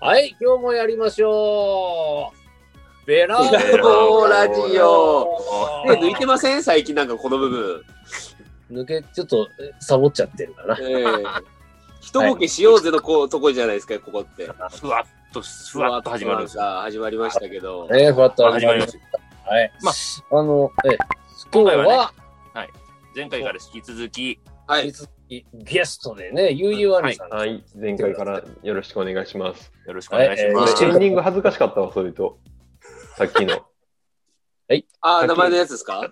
はい、今日もやりましょう。ベラボーラジオえ手抜いてません最近なんかこの部分。抜け、ちょっとえサボっちゃってるかな。ええ一ボケしようぜのこうとこじゃないですか、ここって。ふわっと、ふわっと始まるんですよ。さあ始まりましたけど。えー、ふわっと。始まりますす。はい。まあ、の、えー、今今日回はねは、前回から引き続き、は引きい。続きゲストでね、ゆうゆうあみさん。はい、前回からよろしくお願いします。よろしくお願いしはまいす。エンディング恥ずかしかったわ、それと。さっきの。 あー、名前のやつですか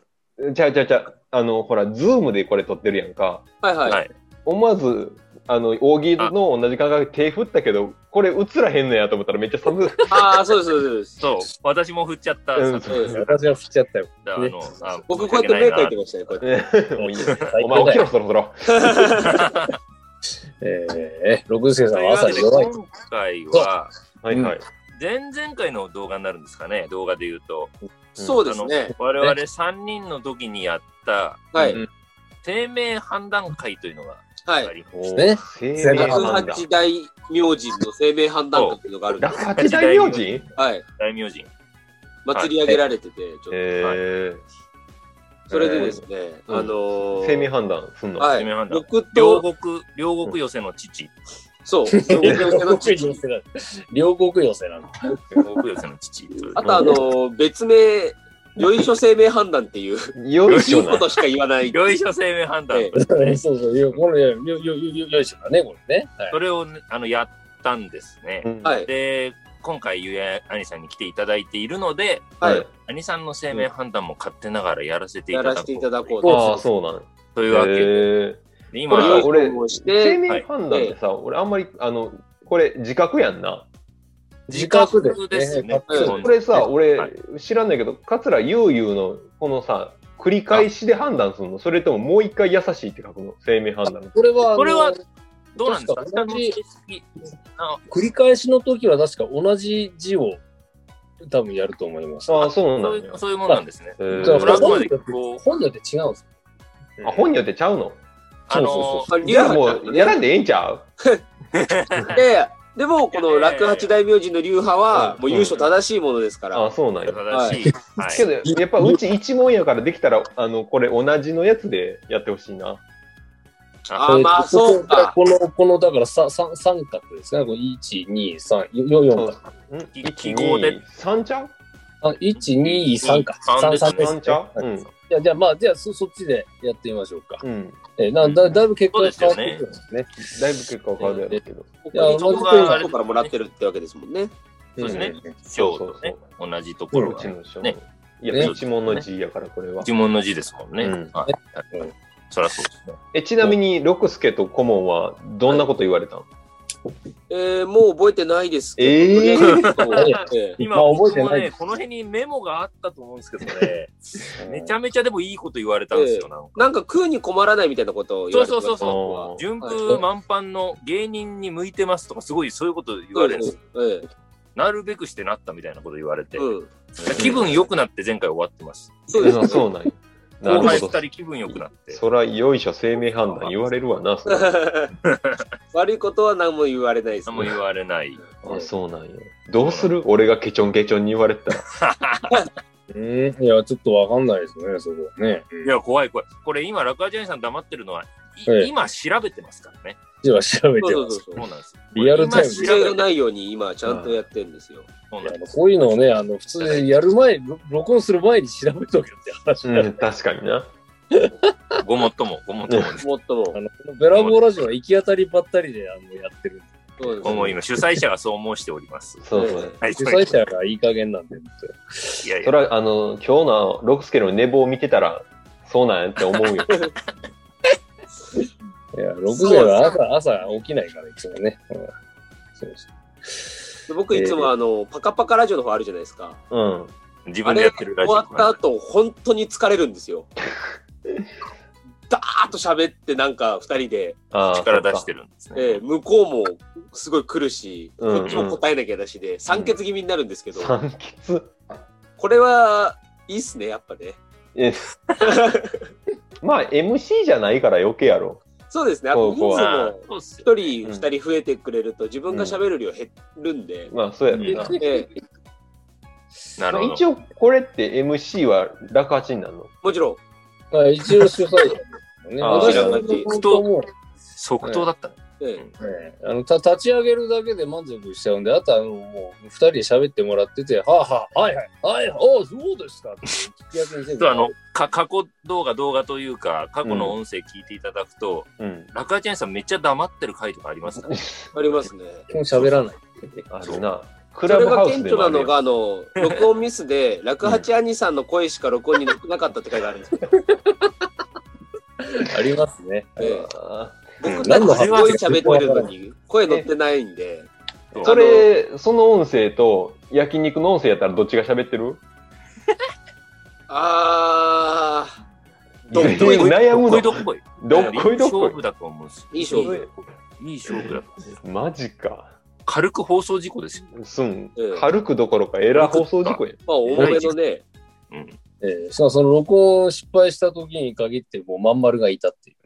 ちゃうちゃうちゃう、あの、ほら、ズームでこれ撮ってるやんか。はいはい。はい思わず、あの、大喜利の同じ感覚で手振ったけど、これ映らへんのやと思ったらめっちゃ寒い。ああ、そうです、そうです。そう、私も振っちゃった。うんさそうです私は振っちゃったよ。あの、あ僕こうやって目描いてる。ましたよ、こうやって。 もういいよ お前起きろ、そろそろ。えー、六助さとんはいうわ朝けで、弱いと。今回は、はいはい。前々回の動画になるんですかね、動画で言うと。そうですね。我々3人の時にやった、はい。生命判断会というのがはあい。りまおーね生命判断。 108大明神の生命判断学っていうのがあるんです。 108大名人はい。す。大名人。祭り上げられてて、ちょっと。えーそれでですね、うんあのー、生命判断すんの。は生命判い。断僕両と、国、両国寄せの父。そう、両国寄せなの。両国寄せなの。両国寄せの父。 あとあのー、別名、よいしょ生命判断っていう、よいいしょいなこ。としか言わない。よいしょ生命判断。ええそうそう、よ、この、よ、よ、よ、よ、よいしょだね、これね。はいそれをね、あの、やったんですね。うんはい。で、今回、ゆえあにさんに来ていただいているので、はい。あにさんの生命判断も勝手ながらやらせていやただこう。らせていただこうああ、と。そうなん。というわけで、へー今これ、まあ良いは、こ俺とをし生て、命判断ってさ、俺あんまり、あの、これ自覚やんな。自覚ですね自覚ですうねこれさ、俺、はい知らんねんけど、桂悠々のこのさ、繰り返しで判断するのそれとももう一回優しいって書くの生命判断。これは、あのこれはどうなんですか確か同じ下の形式あ繰り返しの時は確か同じ字を多分やると思います。ああ、そうなそうんいやう。そういうものなんですね。えーじゃあブラック本まにでよこってう、本によって違うんですあ本によってちゃうのあのそうあじゃあも流うやらんでええんちゃう派で、でも、この落八大名人の流派はう、んもう優所正しいものですかあら。あ、そうなんや。正しい。はけい。ど、やっぱうち一問やからできたら、あの、これ同じのやつでやってほしいな。あえー、ーまあ、とそうか。この、この、だからさ三三択ですね。こう1、2、3、4、四択。うん記1、号で2、3ちゃうあ1、2、3か。3、三です3ねです三ね。ちゃうはいじゃあ、じゃあ、まあ、じゃあ、そそっちでやってみましょうか。うん。うん。えー、なだだいぶ結果が変わってくるんですね。だいぶ結果変わるやろうけど。僕にいや僕まずが人からもらってるってわけですもんね。そうですねん。章とね、同じところうがち。の書ねいや、ね一問の字やから、これは。呪文の字ですもんね。うんはいうんそりゃそうですね。え、ちなみに、六助と顧問は、どんなこと言われたのえー、もう覚えてないですけど。えええ今、まあ覚えて僕もないね、この辺にメモがあったと思うんですけどね、めちゃめちゃでもいいこと言われたんですよ、なんか。なんか食うに困らないみたいなことを言われてましたそうそうそうそ順風満帆の芸人に向いてますとか、すごいそういうこと言われるんですよ。そうですなるべくしてなったみたいなこと言われてええ、うん気分良くなって前回終わってます。そうですあ そうなんや。な後輩二るほど。人気分良くなって。そら、よいしょ、生命判断言われるわな、それ 悪いことは何も言われないです何もね。言われない。あ、そうなんや。どうする俺がケチョンケチョンに言われてたら。うん、いや、ちょっとわかんないですね、そこはね。いや、怖い怖い。これ今、楽アジャニさん黙ってるのは、いええ今調べてますからね。では調べそてうそまうそすう。そうそう。なんですよ。リアルタイム今不調正べてがないように今ちゃんとやってるんですよ。そういなやんですこういうのをね、あの普通にやる前に、ろ録音する前に調べとけって話になうん、る。 確かにな。ごもっとも、ごもっともです。もっともあ。のこのベラボーラジオは行き当たりばったりであのやってるんで。そうですもう今、主催者がそう申しております。そうそう。はい、主催者がいい加減なんで、本当にいやいや、そら、あの、今日の六助の寝坊を見てたら、そうなんやって思うよ。いや、6時は朝朝起きないから、いつもね。うんそうです僕いつもあの、パカパカラジオの方あるじゃないですか。うん。自あ分でやれって終るらしい。わった後、本当に疲れるんです よ。ダーッと喋ってなんか二人で、ああ。力出してるんですね。ええ向こうもすごい来るし、うんこっちも答えなきゃだしで、酸欠気味になるんですけどそ、っか。酸欠。これはいいっす ね、やっぱね。えまあ、MC じゃないから余計やろ。そうですね。あと人数もそうっすよ一人二人増えてくれると自分が喋る量減るんで、まあ、そうやろな。ええなるほど。一応、これって MC は落八になるのもちろんまあ、一応主催者ですよね。あー私の本当も即答だったね。ええうねあのた立ち上げるだけで満足しちゃうんで、あとはあのもう二人で喋ってもらってて、はあ、はあ、はいはい、はい、ああ、そうでしたって聞き役にせずそうあのか過去動画動画というか過去の音声聞いていただくと、うん。楽八兄さんめっちゃ黙ってる回とかありますからね。ありますね。もう喋らない。あるな。クそラれブハがウ顕スで著もあなのるやんが、あの、録音ミスで、落八兄さんの 声しか録音になってなかったって書いてあるんですけど、ありますね。ええあ僕たちすごい喋ってるのに、声乗ってないんで、ーそれ、その音声と焼肉の音声やったらどっちが喋ってるあー、どっいこやいどっこい悩むこいのどっこい。どっこいど勝っこ負だと思うんです。いい勝負。いい勝負だと思う。い。マジか。軽く放送事故ですよ。すんええ。軽くどころかエラー放送事故やん。まあ、重めのね、うん。ええそのその録音失敗した時に限って、もうまん丸がいたっていう。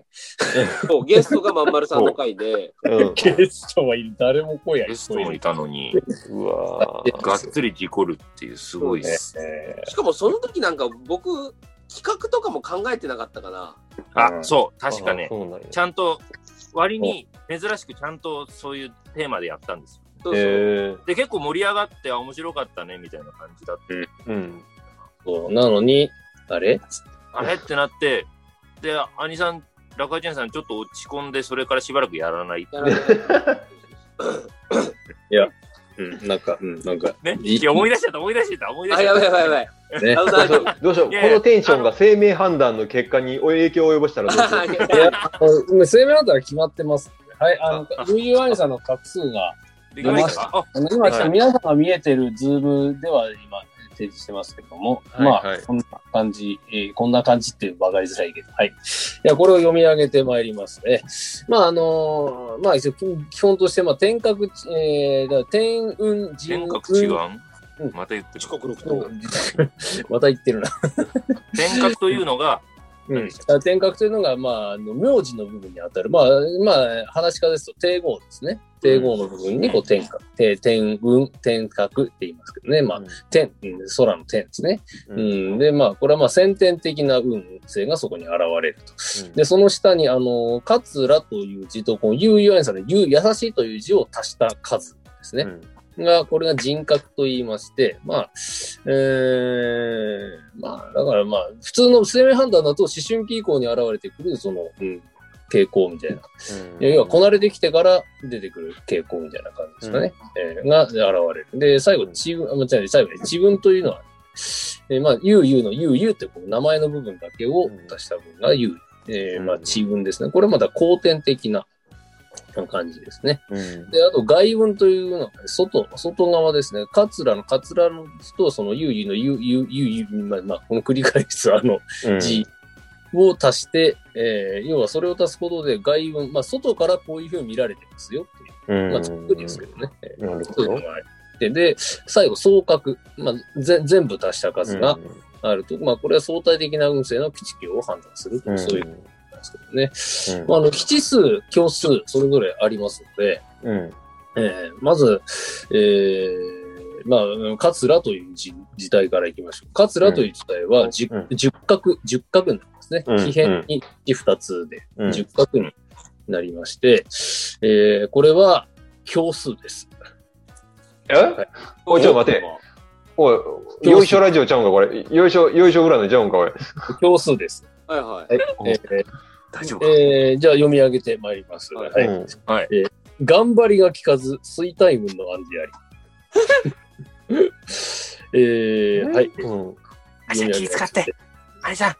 そうゲストがまんまるさんの回で、う んゲストはいる誰も声やゲストもいたのに、うわーがっつり事故るっていう、すごいです。えしかもその時なんか僕、企画とかも考えてなかったかな。うあ、んそう、確かあねそ、うなんやちゃんと、割に珍しくちゃんとそういうテーマでやったんですよ。そうそうえで、結構盛り上がって、あ、面白かったね、みたいな感じだった。えうん。そうなのに、あれあれってなって、で、兄さん、楽八兄さん、ちょっと落ち込んで、それからしばらくやらない。やら ないうん、なんか、うん、なんか、ね、いや思い出しちゃった、思い出しちゃった、思い出あ、しちゃやっばいた。やばいやばい。ねあのどうさしようどうしよういやいやこのテンションが生命判断の結果に影響を及ぼしたらどうしよいや、もう生命判断は決まってますんで。はい、あのあ、ユーユーアニさんの画数が、できましたかあ、あの今、はい皆さんが見えてるズームでは今、提示してますけども、はいまはあ、いこんな感じ、えーこんな感じっていうばかりづらいけど、はい。いや、これを読み上げてまいりますね。まあ、あのーまあ、一応、基本として、まあ、天格、えー、だから天運、人天格違う運。んうんまた言ってる。録そう。また言ってるな。天格というのが、うん、天格というのが、まあ、あの名字の部分に当たる、まあ、まあ、話し家ですと、定合ですね。定合の部分にこう天格、て天運、天格って言いますけどね。まあ、天、うん空の天ですね。うううんん、で、まあ、これはまあ、先天的な運勢がそこに現れると。で、その下に、あの、桂という字と、この、ゆうゆうあんさんの、ゆう、優しいという字を足した数ですね。うんが、これが人格と言いまして、まあ、えー、まあ、だからまあ、普通の生命判断だと思春期以降に現れてくる、その、うん、傾向みたいな。うん要は、こなれてきてから出てくる傾向みたいな感じですかね。えーが現れる。で、最後、自分、あ、間違えない最後ね、自分というのは、えーまあ、ゆうゆうのゆうゆうってこう名前の部分だけを出した分がゆう。えーまあ、うん自分ですね。これまだ後天的な感じですね。うんで、あと外運というのは、外、外側ですね。カツラの、カツラの字と、その、ゆうゆうの、ゆう、ゆう、ゆうゆう、まあ、まあ、この繰り返す、あの、うん字を足して、えー要はそれを足すことで外運、まあ、外からこういうふうに見られてますよっていう。うんまあ、ざっくりですけどね。えーなるそほういうどの。があってで、最後、総角。まあ、ぜ全部足した数がうんあると、まあ、これは相対的な運勢の基地級を判断すると、うんそういうことなんですけどね。うんまあ、あの、基地数、強数、それぞれありますので、うんえーまず、えーまあうん、桂という字字体からいきましょう。桂という字体はじゅうん十角、十角になりますね。うん奇変に字二つでうん十角になりまして、えーこれは強数です。えおいちょっと待ておい、よいしょラジオちゃうんか、これ。よいしょ、よいしょ占いちゃうんか、これ。強数です。はいはい。えー大丈夫かえーじゃあ読み上げてまいります。はいはいうん頑張りが効かず、衰退運の暗示あ り。えーはい。うん読み上げますて。兄さん。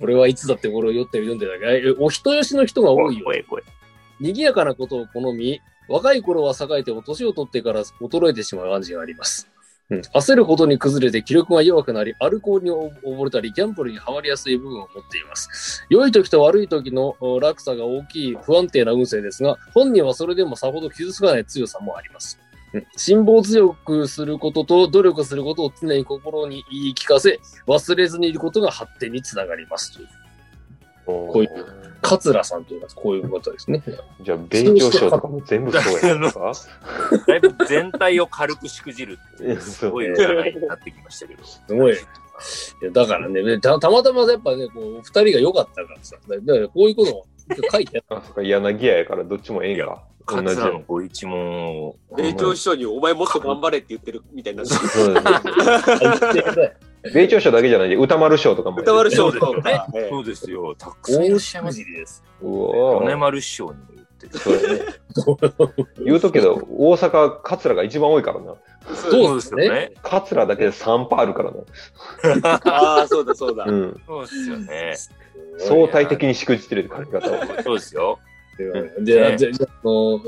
俺はいつだってこれを酔って読んでたけど、えお人よしの人が多いよ。おい。賑やかなことを好み、若い頃は栄えても年を取ってから衰えてしまう暗示があります。うん、焦ることに崩れて気力が弱くなり、アルコールに溺れたり、ギャンブルにはまりやすい部分を持っています。良い時と悪い時のお落差が大きい不安定な運勢ですが、本人はそれでもさほど傷つかない強さもあります。うん辛抱強くすることと努力することを常に心に言い聞かせ、忘れずにいることが発展につながります。ここういう。桂さんというのはこういう方ですね。じゃあ、勉強書とかも全部そうやんか。だいぶ全体を軽くしくじるっていうすごい占いになってきましたけど。すごい。いやだからねた、たまたまやっぱね、こう、二人が良かったからさ、だからこういうことを書いてあるあ、そっか、柳屋やからどっちもええんか。同じ桂やのん。ご一問を。米朝師匠にお前もっと頑張れって言ってるみたいになってる。そうですねっていうね、米朝書だけじゃないで、歌丸書とかもやで。歌丸師匠とそうですかよ。ね。そうですよ。たくさんいら大っししゃいまくすじ。りです。うお米ー丸師匠にも言ってる。そうやね言うとくけど、大阪、桂が一番多いからな。そうですね。桂だけで3パーあるからな。ああ、そうだそうだう。ん。そうですよね。相対的にしくじってるって書き方は。そうですよ。で、じゃあ、あの、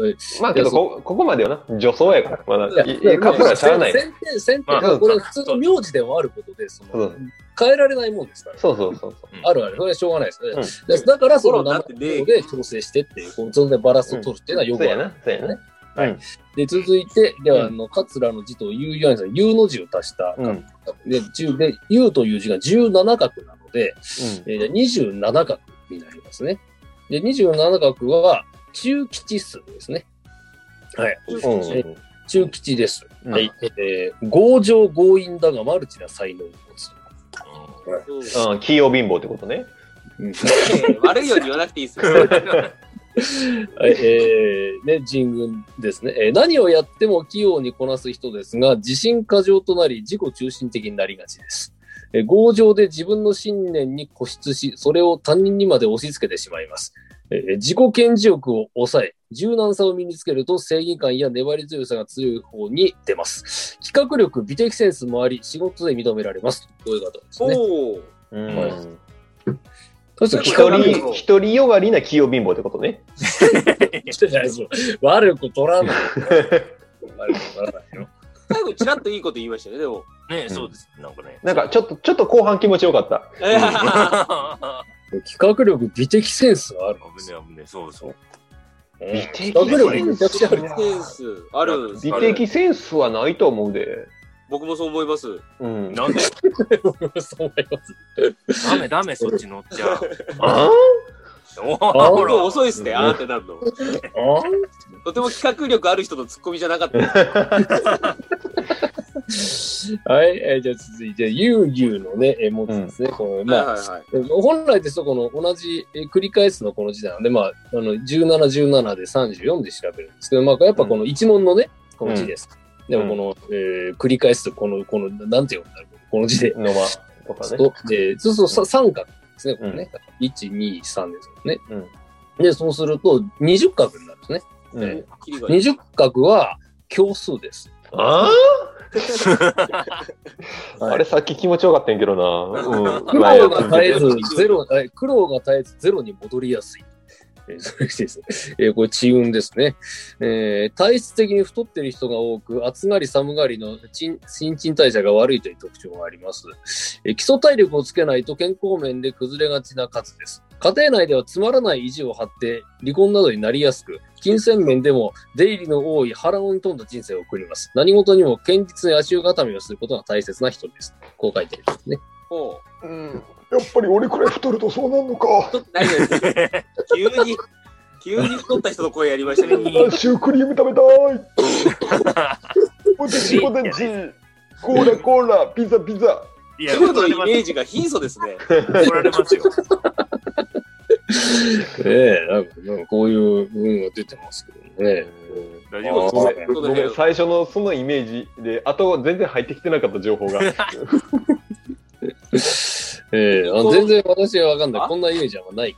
まあけどこ、ここまではな、女装やから。まだ、いいカツラしゃあない。先天、先天、まあだからこれは普通の名字ではあることで、そそのう、変えられないもんですから。そうそうそうそう。あるある、それはしょうがないうんですね。でだから、そのコロナ名ってね前で調整してっていう、こうそのバランスを取るっていうのはよくそうあやる。な、そうやな。で、続いて、でうは、んあの、桂の字というように、U の字を足した、うん。うん。で、10で、U という字が17画なので、えーじゃあ27画になりますね。で、27画は、中吉数ですね。はい。うん中吉です。うんはい。えー、強情強引だがマルチな才能を持つ。うんうん。器用貧乏ってことね。悪いように言わなくていいですよ。はい、 えー、ね、人軍ですね、えー何をやっても器用にこなす人ですが、自信過剰となり、自己中心的になりがちです。えー強情で自分の信念に固執し、それを他人にまで押し付けてしまいます。えー自己顕示欲を抑え、柔軟さを身につけると正義感や粘り強さが強い方に出ます。企画力、美的センスもあり、仕事で認められます。こういう方ですね。おお。うんはいそうする一と企人、一人よがりな器用貧乏ってことね。画力 じゃないですよ悪く取らない。悪く取らないよ。最後、ちらっといいこと言いましたね、でも。ね、そうです。なんかね。なんか、ちょっと、ちょっと後半気持ちよかった。企画力、美的センスがある。危ね危ね、そうそう。美企的画力センスめちゃくちゃある。センスあるんです美か的センスはないと思うで。僕もそう思います。うん。なんでそう思います。ダメダメ、そっち乗っちゃう。あおあほ僕ら。も遅いっすね、うんあーってなるの。あとても企画力ある人のツッコミじゃなかった。はい、えーじゃあ続いて、ゆうゆうのね、絵文字ですね。このまあ、はいはいはい。本来ですと、この同じえー繰り返すのこの時代なんで、まあ、あの17、17で34で調べるんですけど、まあ、やっぱこの一問のね、この字です。でも、この、えー繰り返すと、この、この、なんて読んだろう、この字で。のまとかね。とでそうするとさ三角ですね、これね。1、2、3ですよね。で、そうすると、20角になるんですね。うんキリがいい20角は、強数です。あーはいあれさっき気持ちよかったんやけどな。 うん。苦まあ労が絶えずまあやっ、てゼロ、え苦労が絶えずゼロに戻りやすい。えーそうです。えーこれ、地運ですね。えー体質的に太ってる人が多く、暑がり寒がりの新新陳代謝が悪いという特徴があります、えー基礎体力をつけないと健康面で崩れがちな数です。家庭内ではつまらない意地を張って離婚などになりやすく、金銭面でも出入りの多い腹をに富んだ人生を送ります。何事にも堅実に足を固めをすることが大切な人です。こう書いてありますね。ほうんやっぱり俺くらい太るとそうなんのうか。ちょっと何々急に、急に太った人の声やりましたね。シュークリーム食べた い。ポテチポテチ。コーラコーラ、ピザピザ。いや、今日怒のらイれますメージが貧相ですね。怒られますよ。ねえ、なんか、なんかこういう文が出てますけどね。大あ丈ー夫ごめんそうだごねめん最初のそのイメージで、あと全然入ってきてなかった 情報が。ええあそう全然私はわかんない。あこんなイメージはない。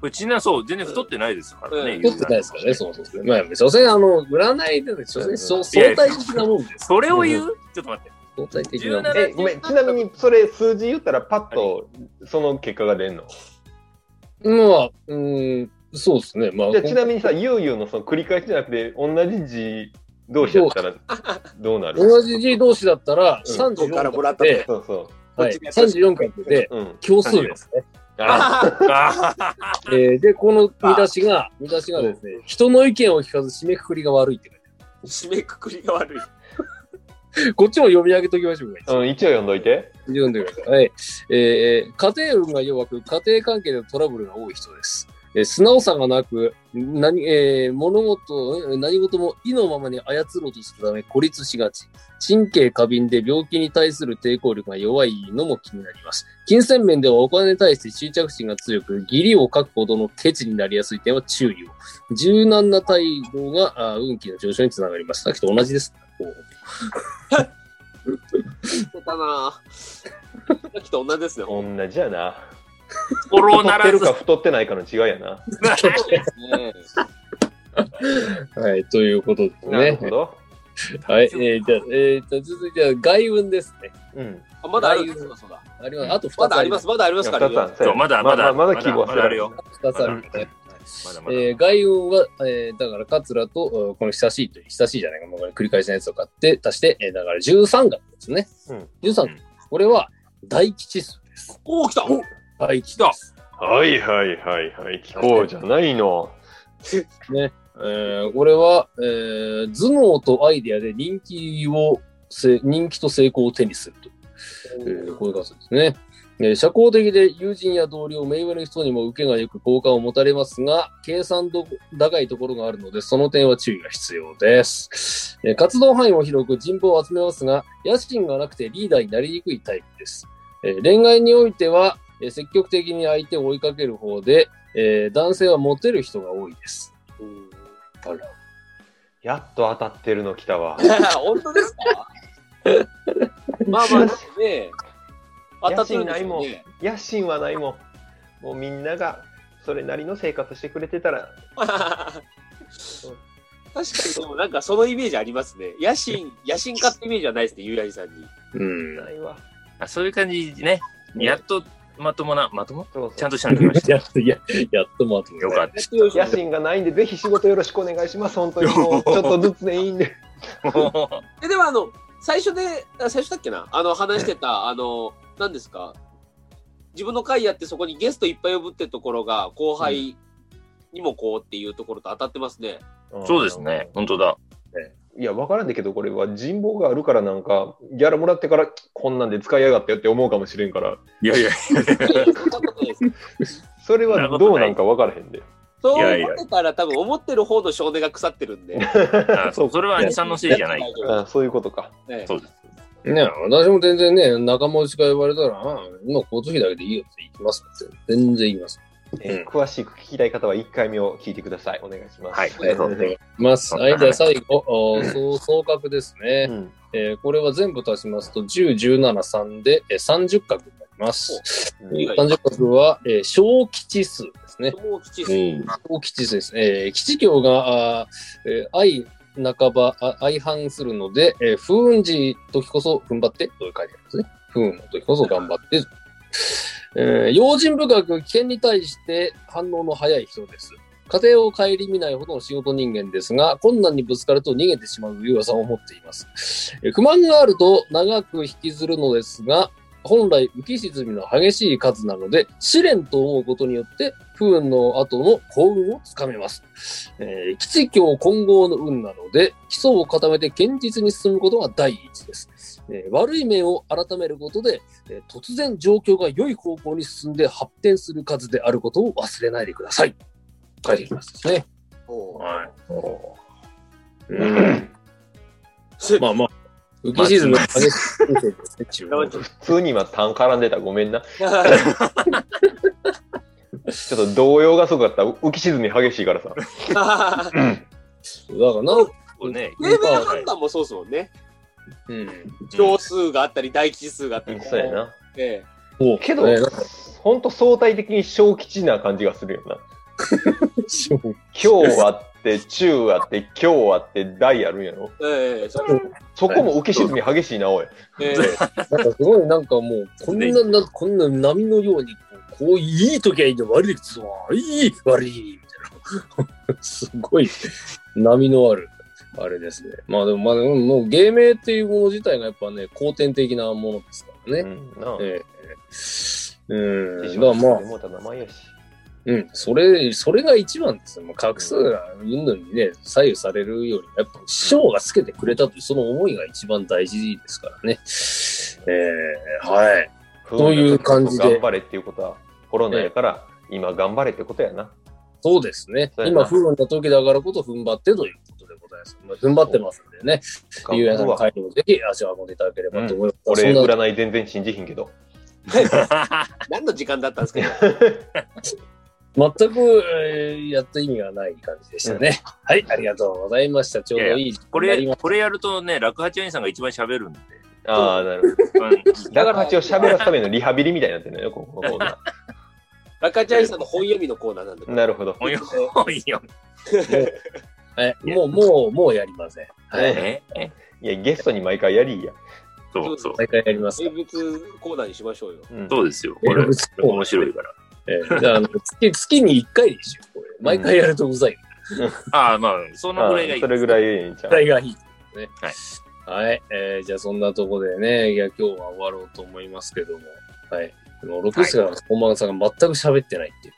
うちな、そう、全然太ってないですからね。うん取ってないですからね、そもそも。まあ、所詮、あの、占いでね、所詮、そう相対的なもんです。それを言うちょっと待って。相対的なもん17え、ごめん、ちなみにそれ数字言ったらパッとその結果が出んの。まあ、うーん、そうですね。まあ、じゃあちなみにさ、ゆうゆうのその繰り返しじゃなくて、同じ字同士だっ たらどうなる同じ字同士だったら、うん34ここからも角らったねで、そうそはい、こっちのやつ34角で、う。うん。強数ですね。ああーえーで、この見出しが、見出しがですね、人の意見を聞かず締めくくりが悪いって書いて 締めくくりが悪い。あるこっちも読み上げときましょうか。うん、一応読んどいて。読んでください。はい。えー家庭運が弱く、家庭関係でトラブルが多い人です。えー素直さがなく、何、えー物事を、うん何事も意のままに操ろうとするため孤立しがち。神経過敏で病気に対する抵抗力が弱いのも気になります。金銭面ではお金に対して執着心が強く、義理を書くほどのケチになりやすい点は注意を。柔軟な態度があー運気の上昇につながります。さっきと同じです。おーそうだなぁさっきと同じですね、ほん同じやな。心太なっらてずる。か太ってないかの違いやな。とね。はい、ということですなるねほ。ど。はい、えー、じゃあ、えー、と続いては外運ですね。うん。あまだあるそうだそうだ。あります。あとま2つだあります、まだありますからいや二つあね。るそうまだまだ、まだまだ希望まだあるよ。 2つある。うんまだまだ。えー、外運は、えー、だから桂とうんこの久しいという、久しいじゃないか、もうこれ繰り返しのやつを買って足して、えー、だから13月ですね。うん13、これは大吉数。おお、来た大吉です。はいはいはいはい。聞こうじゃないの。えー、これは、えー、頭脳とアイデアで人気をせ、人気と成功を手にすると。えーこういう感じですね。えー社交的で友人や同僚、目上の人にも受けが良く好感を持たれますが、計算ど高いところがあるので、その点は注意が必要です。えー活動範囲も広く人望を集めますが、野心がなくてリーダーになりにくいタイプです。えー恋愛においては、えー積極的に相手を追いかける方で、えー男性はモテる人が多いです。うんあらやっと当たってるの来た わ。本当ですかまあまあ、だってね、当たってるんですよ野心ね。野心はないもん。もうみんながそれなりの生活してくれてたら、確かにでもなんかそのイメージありますね。野心、野心家ってイメージはないですね、ゆうやりさんに。うん。ないわ。あそういう感じね。やっとまともな、まともそうちそゃうんとしたの来ました。 やっと、ややっとまとめたよかっ野心がないんで、ぜひ仕事よろしくお願いします。本 当にもう、ちょっとずつでいいんで。た。えでもあの、最初で、あ最初だっけなあの、話してた、あの、何ですか自分の会やってそこにゲストいっぱい呼ぶってところが、後輩にもこうっていうところと当たってますね。 そうですね。本当だ。いや、わからんだけど、これは人望があるからなんか、ギャラもらってから、こんなんで使いやがってよって思うかもしれんから、いやい や。いやいやそんなことないですそれはどうなんかわからへんで。そういやいや思ってたら多分思ってる方の少年が腐ってるんで。あそそれは兄さんのせいじゃない。あそういうことか。ねそうです。ね私も全然ね、仲間内から言われたら、あ今交通費だけでいいよって言いますって。全然言います。えーうん詳しく聞きたい方は1回目を聞いてください。お願いします。はい。はい、お願いします。はい、じゃあ最後、おそう総角ですうね、んえーこれは全部足しますと、10、17、3で、えー、30角になります。うんはい30角は、えー小吉数ですね。もう吉うさんん。小吉数です。えー吉凶が、あーえー相半ば、あ相反するので、えー不運時時こそ踏ん張って、という書いてあるんですね。不運の時こそ頑張って。えー用心深く危険に対して反応の早い人です。家庭を顧みないほどの仕事人間ですが、困難にぶつかると逃げてしまう優雅さを持っています。えー不満があると長く引きずるのですが、本来浮き沈みの激しい数なので、試練と思うことによって、不運の後の幸運をつかめます。えー、吉凶混合の運なので、基礎を固めて堅実に進むことが第一です。えー悪い面を改めることで、えー突然状況が良い方向に進んで発展する数であることを忘れないでください。書いてきますですね。はい。うん、まあまあ、浮き沈みの激しい運勢ですね、自分の普通に今、単絡んでた。ごめんな。ちょっと動揺がすごかった。浮き沈み激しい からさ。 だからなん、これね、生命判断もそうですもんね。うん。小数があったり、大吉数があったり。そうやな。えそうけどえーなんか、ほんと相対的に小吉な感じがするよな。そう今日あ って、中あって、今日あって、大あるんやろ。えええそうそこも浮き沈み激しいな、おい。ええなんかすごいなんかもう、こんな、なこんな波のようにこう、こういい時はいいんだ、悪い時はいい、悪い、みたいな。すごい波のある、あれですね。まあでも、まあでも、もう芸名っていうもの自体がやっぱね、後天的なものですからね。うん、なあ。ええうん、だからがまあ、また名前やし。うん、それ、それが一番ですよ。もう画数が云々にね、左右されるより、やっぱ師匠がつけてくれたというその思いが一番大事ですからね。えー、はい。そそういう感じで頑張れっていうことは、コロナやから、今頑張れってことやな。そうですねそう。やな今、不運な時だからこそ踏ん張ってということでございます。まあ踏ん張ってますんでね、頑ゆうやさん張るのわ。会にもぜひ足を運んでいただければと思います。俺、そんな占い全然信じひんけど。何の時間だったんですか今全く、えーやった意味がない感じでしたね。はい、ありがとうございました。ちょうどいい時間こになりれ、ましこれやるとね、落八兄さんが一番喋るんで。ああ、なるほど。 うんだから、八を喋らすためのリハビリみたいになってるのよ、ここのコーナ赤ちゃんさんの本読みのコーナー なんでー。なるほど。およおよた。えもう、もう、もうやりません。はい。ええ いや、ゲストに毎回やりいや。そうそう。毎回やります生か。物コーナーにしましょうよ。うんそうですよ。これ、面白いから。えーじゃああの月、月に1回でしょ、これ。毎回やるとうざい。ああ、まあ、そのぐらいがいい。あーそれぐらいええんちゃうぐらいがいいですね。はいはい。えーじゃあそんなとこでね、いや、今日は終わろうと思いますけども。はい。もう6時から本番さんが全く喋ってないっていう。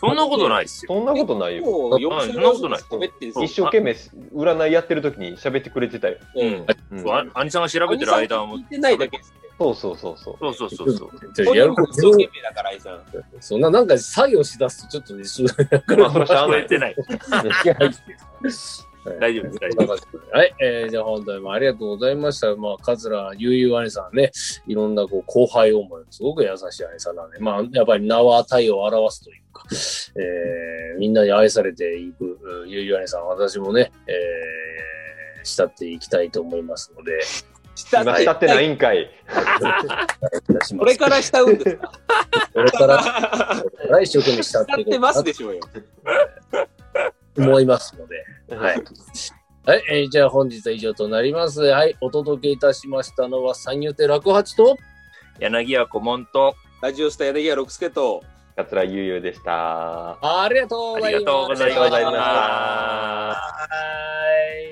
そんなことないですよ。そんなことないよ。もう4あそん歳なことない喋ってるそう一生懸命占いやってる時に喋ってくれてたよ。うん。うんそうあ兄さんが調べてる間はもう聞いてないだけですね。そうそうそうそう。そうそうそうそう。ちょっとやるここと一生懸命だから、愛さん。そんな、なんか作業しだすとちょっと一瞬、まあ、それはしゃ聞あこ なえい。てない。大丈夫です 大丈夫はい、えーじゃあ本題もありがとうございました。まあ、桂ゆうゆう姉さんね、いろんなこう後輩思い、すごく優しい姉さんなんで、まあ、やっぱり名は体を表すというか、えーみんなに愛されていくうんゆうゆう姉さん、私もね、えー慕っていきたいと思いますので、下。今、慕ってないいんかい。お願いしますこれから慕うん ですかこれから、これから一生懸命慕慕ってっいこてうかまなすとでしょうよ。思いますので、 は。はいはい、えーじゃあ本日は以上となります。はい、お届けいたしましたのは三遊亭落八と、柳家顧問と、ラジオスタ柳家六助と。桂ゆうゆうでした。ありがとうごあざいまりす。がとうございまし。ありがとうございましたはい。